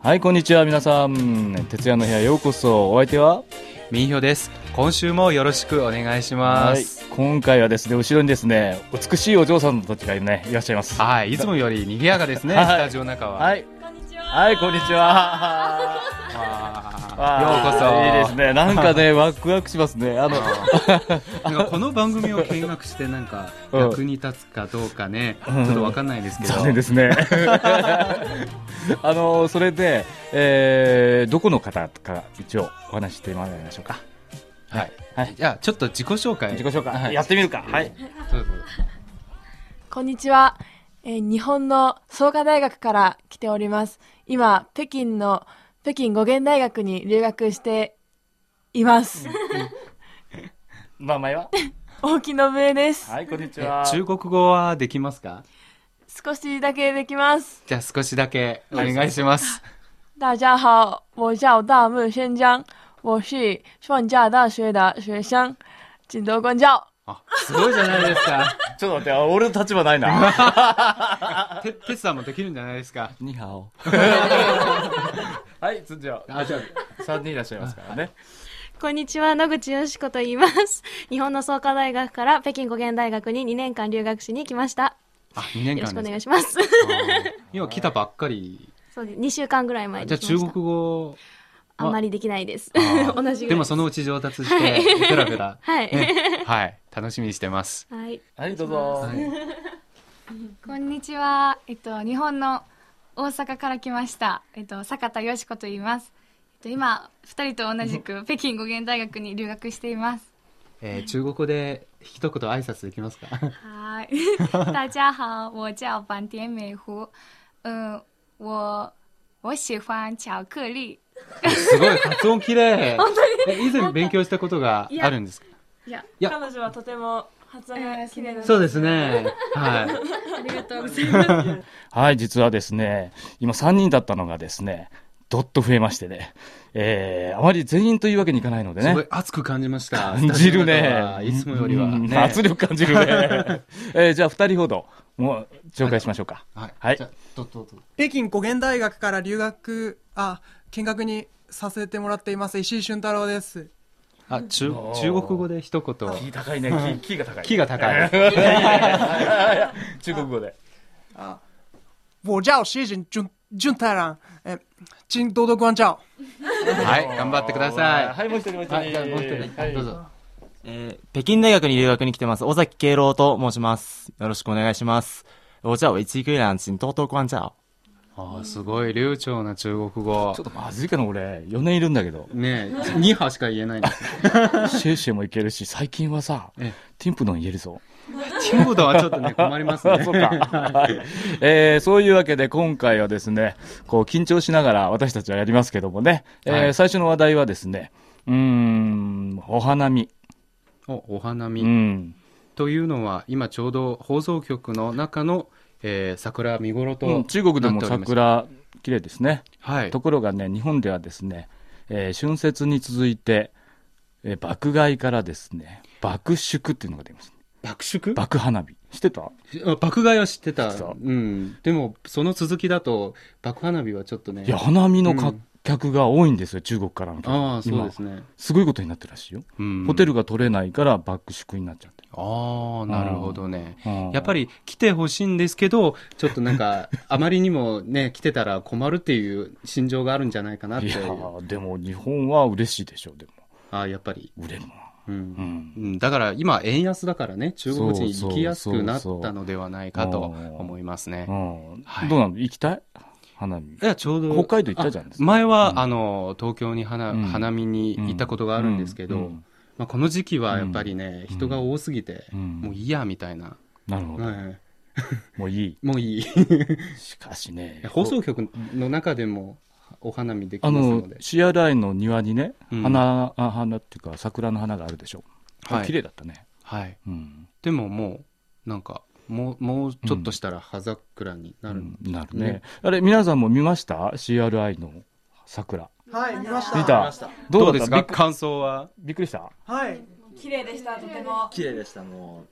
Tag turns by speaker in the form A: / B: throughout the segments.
A: はい、こんにちは、皆さん。徹夜の部屋へようこそ。お相手は
B: みんひょです。今週もよろしくお願いしま
A: はい
B: す。。
A: 今回はですね、後ろにですね、美しいお嬢さんたちがね、いらっしゃいます。
B: はい、い、つもより賑やかですね、
A: はい
B: スタジオの中は。
A: はい。
C: こんにちは。
A: はい、こんに ちは。
B: あ
A: わ
B: ー
A: あ
B: ようこそ。
A: いいですね。なんか ね、ワクワクしますね。あの、
B: なんかこの番組を見学してなんか
A: うん
B: 役に立つかどうかね、
A: うん
B: ちょっとわかんないですけど。
A: 残念です ね。あの、それで、えー、どこの方か、一応、お話ししてもらいましょうか。
B: はい。
A: はい。
B: じゃあちょっと自己紹介。
A: 自己紹介、
B: はい
A: やってみるか。はい。
B: どうぞ
C: こんにちは。えー日本の創価大学から来ております。今、北京の、北京語源大学に留学しています。
A: 名前は
C: 大木信江です、
A: はい、こんにち
B: え
A: は。
B: 中国語はできますか。
C: 少しだけできます。
B: じゃあ少しだけお願いします。
C: 大家好，我叫大木宣江，我是双甲大学的学生，请多关照。
B: あ、すごいじゃないですか。
A: ちょっと待って、あ俺の立場ないな。
B: て、てつさんもできるんじゃないですか。
A: にはお。 はい、つじゃあ、
B: あ、じゃあ。
A: 3人いらっしゃいますからね。
D: こんにちは、野口よしこと言います。 日本の創価大学から北京語源大学に2年間留学しに来ました。
B: あ、2年
D: よろしく
B: 間
D: お願
B: で
D: い
B: す
D: します。
B: か。あー今来たばっかり。
D: そうです。2週間ぐらい前に来
B: じゃあ
D: ました。
B: 中国語。
D: あんまりできないです。
B: あ
D: 同
B: ー
D: じぐらいす。
B: でもそのうち上達して、ペラペ ラ。
D: はい。
B: ねはい、楽しみにしてます。
D: はい。
A: はい、どうぞ。
E: こんにちは。えっと日本の大阪から来ました。えっと坂田よし子と言います。えっと今二人と同じく北京語源大学に留学しています。
B: えー中国語で一言挨拶できますか
E: はい。大家好，我叫坂田美湖。嗯，我我喜欢巧克力。
B: すごい、発音綺麗。え以前勉強したことがあるんですか
E: いや、
B: いや
C: 彼女はとても発音が綺麗なので
B: そうですね。はい。
E: ありがとうございます。
A: はい、実はですね、今3人だったのがですね、どっと増えましてね、えー、あまり全員というわけにいかないのですね
B: ご。い熱く感じました。
A: 感じる
B: スタジオ
A: ね
B: の中はいつもよりは。
A: うん
B: ね
A: 圧力感じ るね。えー、じゃあ2人ほど、もう、紹介しましょうか。
B: はい。
A: はい
B: じゃあどうぞどうぞ
F: 北京語源大学から留学、あ、見学にさせてもらっています。石井俊太郎です。
B: あ、中、中国語で一言。
A: キー高いね、キーが高い。
B: キーが高い。
A: 中国語で。
F: 我叫石井俊俊太郎。え、金道徳安照。
B: はい、頑張ってくださ
A: はい、もう一人、もう一
B: い。はい、じゃあもう一人、どうぞ。
G: えー北京大学に留学に来てます。尾崎慶郎と申します。よろしくお願いします。お茶を一位くらいの人、とうとうこんちゃ
B: あーすごい、流暢な中国語
A: ちょ。っとまずいかな、俺。4年いるんだけど。
B: ねえ、2波しか言えない んですよ。
A: シェイシェイもいけるし、最近はさ、
B: ええ
A: ティンプノン言えるぞ。
B: 中国語はちょっとね、困りますね。
A: そうか。はいえーそういうわけで今回はですね、こう緊張しながら私たちはやりますけどもね、えー
B: はい
A: 最初の話題はですね、うーん、お花見。
B: おお花見、
A: うん。
B: というのは今ちょうど放送局の中の、えー桜見頃と、
A: うん中国でも桜、綺麗ですね。
B: はい
A: ところがね、日本ではですね、えー春節に続いて、えー爆買いからですね、爆祝っていうのが出ます。
B: 爆縮
A: 爆花火。してた
B: あ爆買いは知ってた
A: 知ってた
B: うん、でもその続きだと爆花火はちょっとね
A: いや、花見のか
B: うん
A: 客が多いんですよ、中国からの客。
B: ああそうです
A: 今
B: ね、
A: すごいことになってるらしいよ。
B: うん
A: ホテルが取れないからバック宿になっちゃって
B: ああなるほどね
A: る。
B: やっぱ
A: り、
B: り来てほしいんですけどちょっとなんか あまりにもね来てたら困るっていう心情があるんじゃないかなって
A: いや
B: いう
A: ーでも日本は嬉しいでしょう、でも。
B: ああやっぱり、
A: 売れるのは。
B: うん
A: うん。
B: うんだから今、円安だからね、中国人
A: そうそう
B: 行きやすくなったのではないかと思いますね。
A: うん
B: はい
A: どうなの行きたい花見。
B: いや、ちょうど。
A: 北海道行ったじゃん
B: あ前は、
A: うん
B: あの、東京に花、
A: うん
B: 花見に行ったことがあるんですけど、
A: うん
B: まあ、この時期はやっぱりね、
A: うん
B: 人が多すぎて、
A: うん
B: もういいや、みたいな、
A: なるほど。
B: はい
A: もういい。
B: もういい。
A: しかしね。
B: 放送局の中でも、お花見でき
A: あ
B: ます
A: の
B: ので。
A: CRI の庭にね、
B: うん
A: 花、あ花っていうか、桜の花があるでしょ。
B: はい
A: 綺麗だったね。
B: はい。
A: うん。
B: でももう、なんか、もう、もうちょっとしたら葉桜になる。
A: うんなるね
B: ね。
A: あれ、皆さんも見ました ?CRI の桜。
F: はい、見ました。
A: 見た
F: ました。
B: ど
A: だ
B: う
A: った
B: です
A: び
B: か
A: っく
B: 感想は
A: びっくりした
F: はい、
C: 綺麗でしたとても
H: 綺麗でした、も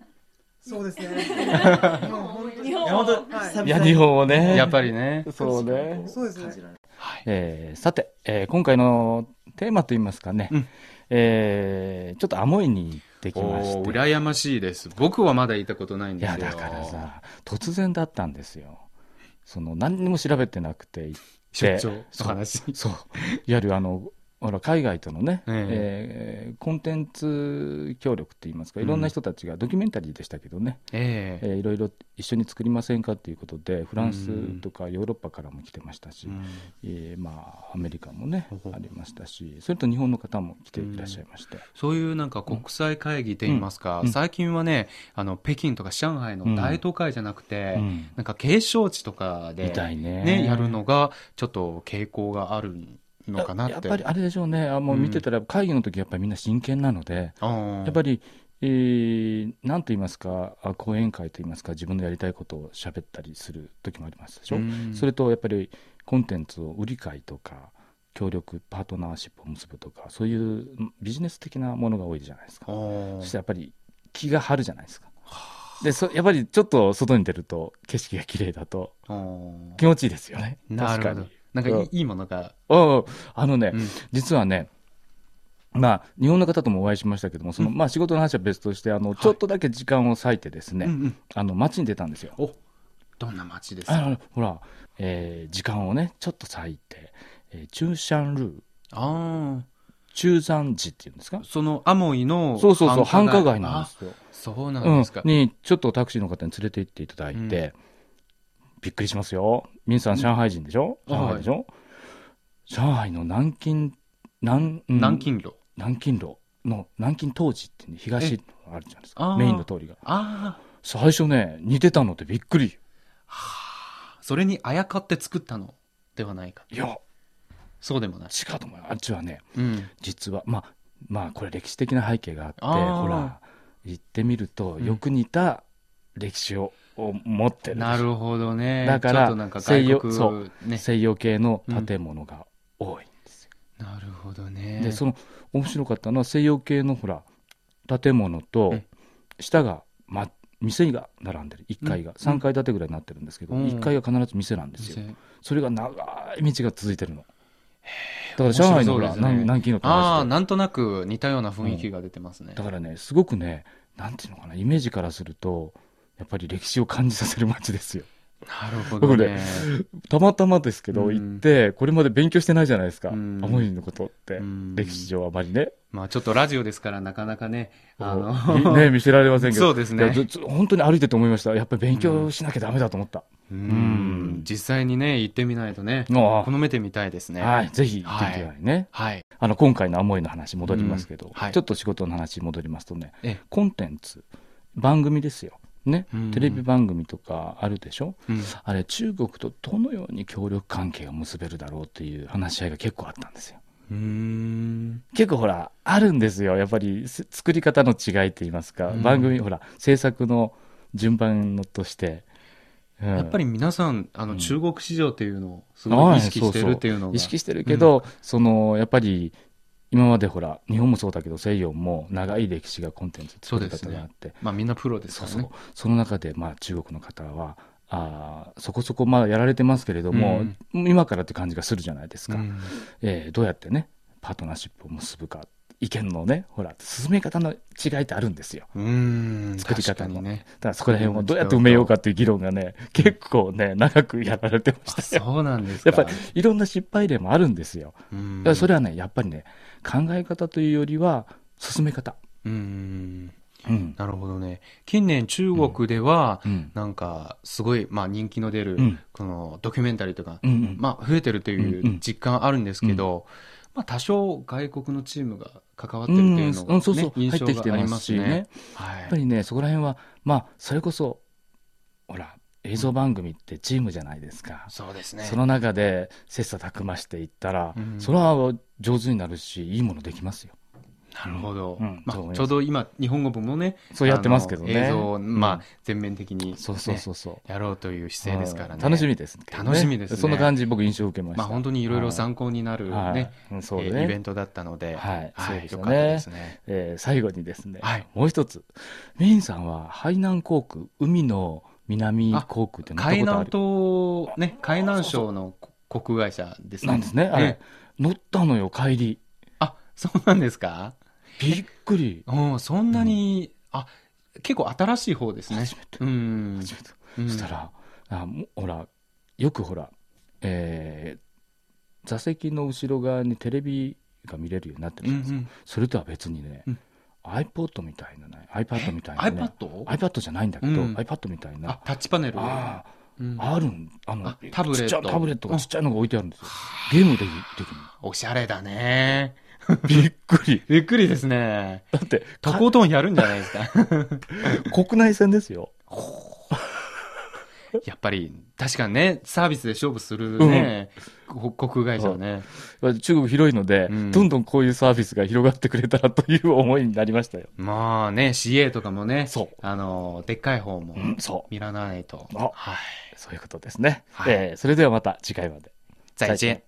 F: そうですね。
C: 日
H: う。
C: 本
H: いや、本当
F: はい
H: 久々に
A: いや、日本をね。
B: やっぱりね。
A: そうね。
F: そうですね。
B: はい。
A: えーさて、えー今回のテーマといいますかね、
B: うん
A: えーちょっとアモイに行ってき
B: お
A: まして
B: ー羨ましいです。僕はまだ行ったことないん
A: い
B: ですよ。
A: やだからさ突然だったんですよその何にも調べてなくて行って
B: 出張の
A: そう
B: 話。
A: そういわゆるあのほら海外とのね、
B: え
A: えーコンテンツ協力っていいますかいろんな人たちがドキュメンタリーでしたけどね、
B: ええ
A: えーいろいろ一緒に作りませんかということでフランスとかヨーロッパからも来てましたし、
B: うん
A: えーまあ、アメリカもね
B: ほほ
A: ありましたしそれと日本の方も来ていらっしゃいまして、
B: そういうなんか国際会議といいますか、
A: うん
B: 最近はね、あの、北京とか上海の大都会じゃなくて、
A: うん
B: なんか景勝地とかで、
A: みたいね
B: ね、やるのが、ちょっと傾向があるのかなって。
A: ややっぱりあれでしょうねあもう見てたら会議の時やっぱりみんな真剣なので、
B: や
A: やっぱり、えーなんと言いますかあ講演会と言いますか自分のやりたいことを喋ったりする時もありますでしょ、それとやっぱりコンテンツを売り買いとか協力パートナーシップを結ぶとかそういうビジネス的なものが多いじゃないですかそしてやっぱり気が張るじゃないですかでそやっぱりちょっと外に出ると景色が綺麗だと気持ちいいですよね
B: な
A: 確か
B: るほ
A: に
B: ど。なんかいい,、
A: うん
B: いいものが、
A: あああのね、
B: うん
A: 実はね、まあ、日本の方ともお会いしましたけども、そのまあ、仕事の話は別としてあの、ちょっとだけ時間を割いてですね、
B: うんうん
A: あの街に出たんですよ。
B: おどんな街です
A: あ
B: か
A: のほら、えー時間をね、ちょっと割いて、えー、中山ルー、
B: あ
A: 中山寺っていうんですか
B: あ、、そのアモイの
A: そうそうそう、繁華街なん
B: あ
A: ですよ。
B: そうな
A: うんん
B: ですか。、
A: に、ちょっとタクシーの方に連れて行っていただいて、びっくりしますよ。ミンさん、上海人でしょ
B: うん
A: 上海でしょ、上海の南京、南、うん
B: 南京路。
A: 南京路の南京東寺って、ね、東のあるじゃないです
B: えあ
A: か
B: ー
A: メインの通りが
B: あ
A: 最初ね似てたのでびっくり
B: あ、それにあやかって作ったのではないか。
A: いや
B: そうでもない。
A: 違うと思うよあっちはね
B: うん。
A: 実はまあまあこれ歴史的な背景があって
B: あー
A: ほら行ってみると
B: うん
A: よく似た歴史を,、を持ってるでしょ
B: なるほどね。
A: だか
B: ちょ
A: ら
B: っとなんか外
A: 西洋そ
B: 国ね。
A: 西洋系の建物が多いんですよ、
B: なるほどね。
A: でその面白かったのは西洋系のほら建物と
B: うん
A: 下が、ま、店が並んでる1階が、3階建てぐらいになってるんですけど、
B: うん
A: 1階が必ず店なんですよ、
B: 店
A: それが長い道が続いてるの。だから上海のほら、
B: 面白そうですね
A: 南南京のと
B: ああ、
A: 同じで
B: なんとなく似たような雰囲気が出てますね。
A: だからね、すごくね、なんていうのかな、イメージからすると、やっぱり歴史を感じさせる街ですよ。
B: なるほどね。
A: たまたまですけど、
B: うん
A: 行って、これまで勉強してないじゃないですか、
B: うん
A: アモイのことって
B: う、ん
A: 歴史上あまりね、
B: まあちょっとラジオですからなかなかね、あ
A: こう
B: の、
A: ね、見せられませんけど、
B: そうですね
A: いやずず本当に歩いてて思いました、やっぱり勉強しなきゃだめだと思った。
B: うん実際にね、行ってみないとね、
A: あ
B: この目で見たいですね。
A: あはい、ぜひ行ってみてくださいね。
B: はい。
A: あの今回の「アモイ」の話戻りますけど、
B: うんはい
A: ちょっと仕事の話戻りますとね
B: ええ
A: コンテンツ番組ですよ、ね
B: うん
A: テレビ番組とかあるでしょ
B: うん
A: あれ中国とどのように協力関係を結べるだろうっていう話し合いが結構あったんですよ
B: うん。
A: 結構ほらあるんですよやっぱりす作り方の違いって言いますか、
B: うん
A: 番組ほら制作の順番のとして、うん
B: やっぱり皆さん、あ
A: う
B: の、
A: ん
B: 中国市場っていうのをすごい意識してるっていうのが。
A: 意識してるけど、そのやっぱり今までほら日本もそうだけど西洋も長い歴史がコンテンツ作り方があって
B: まあみんなプロです
A: そう
B: から
A: そう、
B: ね。
A: その中で、まあ、中国の方はあーそこそこまあやられてますけれども、今からって感じがするじゃないですか、
B: うん
A: えーどうやってねパートナーシップを結ぶか意見のねほら進め方の違いってあるんですよ
B: うん。
A: 作り方
B: 確
A: の
B: かにね。
A: だからそこら辺をどうやって埋めようかっていう議論がね結構ね長くやられてま
B: あ
A: したよ
B: そうなんですか。
A: やっぱりいろんな失敗例もあるんですよだからそれはねやっぱりね考え方というよりは進め方
B: うん。
A: うん
B: なるほどね。近年中国では、
A: うん
B: なんか、すごい、まあ人気の出る、
A: うん
B: このドキュメンタリーとか、
A: うんうん
B: まあ増えてると
A: うんう
B: いうん実感あるんですけど、まあ多少外国のチームが関わってるっていうのが、ね
A: うんそうそう
B: 印
A: 入ってき
B: 象
A: て
B: があり
A: ま
B: ますす
A: し
B: ね。
A: ね
B: はい
A: やっぱりねそこら辺はまあそれこそほら映像番組ってチームじゃないですか、
B: そうですね。
A: その中で切磋琢磨していったら、
B: うん
A: それは上手になるしいいものできますよ
B: なるほど。
A: うん
B: ま
A: そう思いま
B: あ、
A: す
B: ちょうど今、日本語部もね、
A: そうやってますけどね
B: あの映像を、
A: う
B: まあ
A: ん、
B: 全面的に、ね、
A: そうそうそうそう、
B: やろうという姿勢ですから
A: うん
B: ね。
A: 楽しみですけどね、
B: 楽しみですね
A: そんな感じ僕印象受けました
B: まあ本当にいろいろ参考になるね、
A: はいはいうんそう
B: え
A: ね
B: ーイベントだったので、
A: はいそうです
B: よ
A: よ
B: か
A: ね
B: ったですね。
A: えー最後にですね、
B: はい
A: もう一つメインさんは海南航空海の南航空って乗った
B: 海
A: ことあ
B: 南
A: る
B: 島、ね、海南省のこ航空会社です
A: なんですね、あれ。乗ったのよ、帰り。
B: あ、そうなんですか
A: びっくり。
B: うん、そんなに、あ、結構新しい方ですね
A: 初。めて。
B: うん。
A: 初めて。
B: うん
A: そしたら、あもほら、よくほら、えー座席の後ろ側にテレビが見れるようになってる
B: う
A: じ
B: ん
A: ゃ
B: う
A: ないですか。
B: ん。
A: それとは別にね、
B: うん
A: iPod みたいなね、iPad みたいなね、
B: iPad?
A: iPad じゃないんだけど、
B: うん
A: iPad みたい
B: あ
A: な、、
B: タッチパネル。
A: あ
B: うん
A: あ、あるん、あの
B: あタブレット
A: ちっちゃタブレットがちっちゃいのが置いてあるんですよ。ゲームできでき
B: おしゃれだ ね。
A: る。びっくり。
B: びっくりですね。
A: だって、
B: とことんやるんじゃないですか。
A: 国内線ですよ。
B: やっぱり、確かにね、サービスで勝負するね、こ航空会社はね。
A: 中国広いので、
B: うん
A: どんどんこういうサービスが広がってくれたらという思いになりましたよ。
B: まあね、CA とかもね、
A: そう
B: あの、でっかい方も
A: うんそ
B: 見らないと。
A: あ
B: はい。
A: そういうことですね。
B: はい
A: えーそれではまた次回まで。
B: 再见。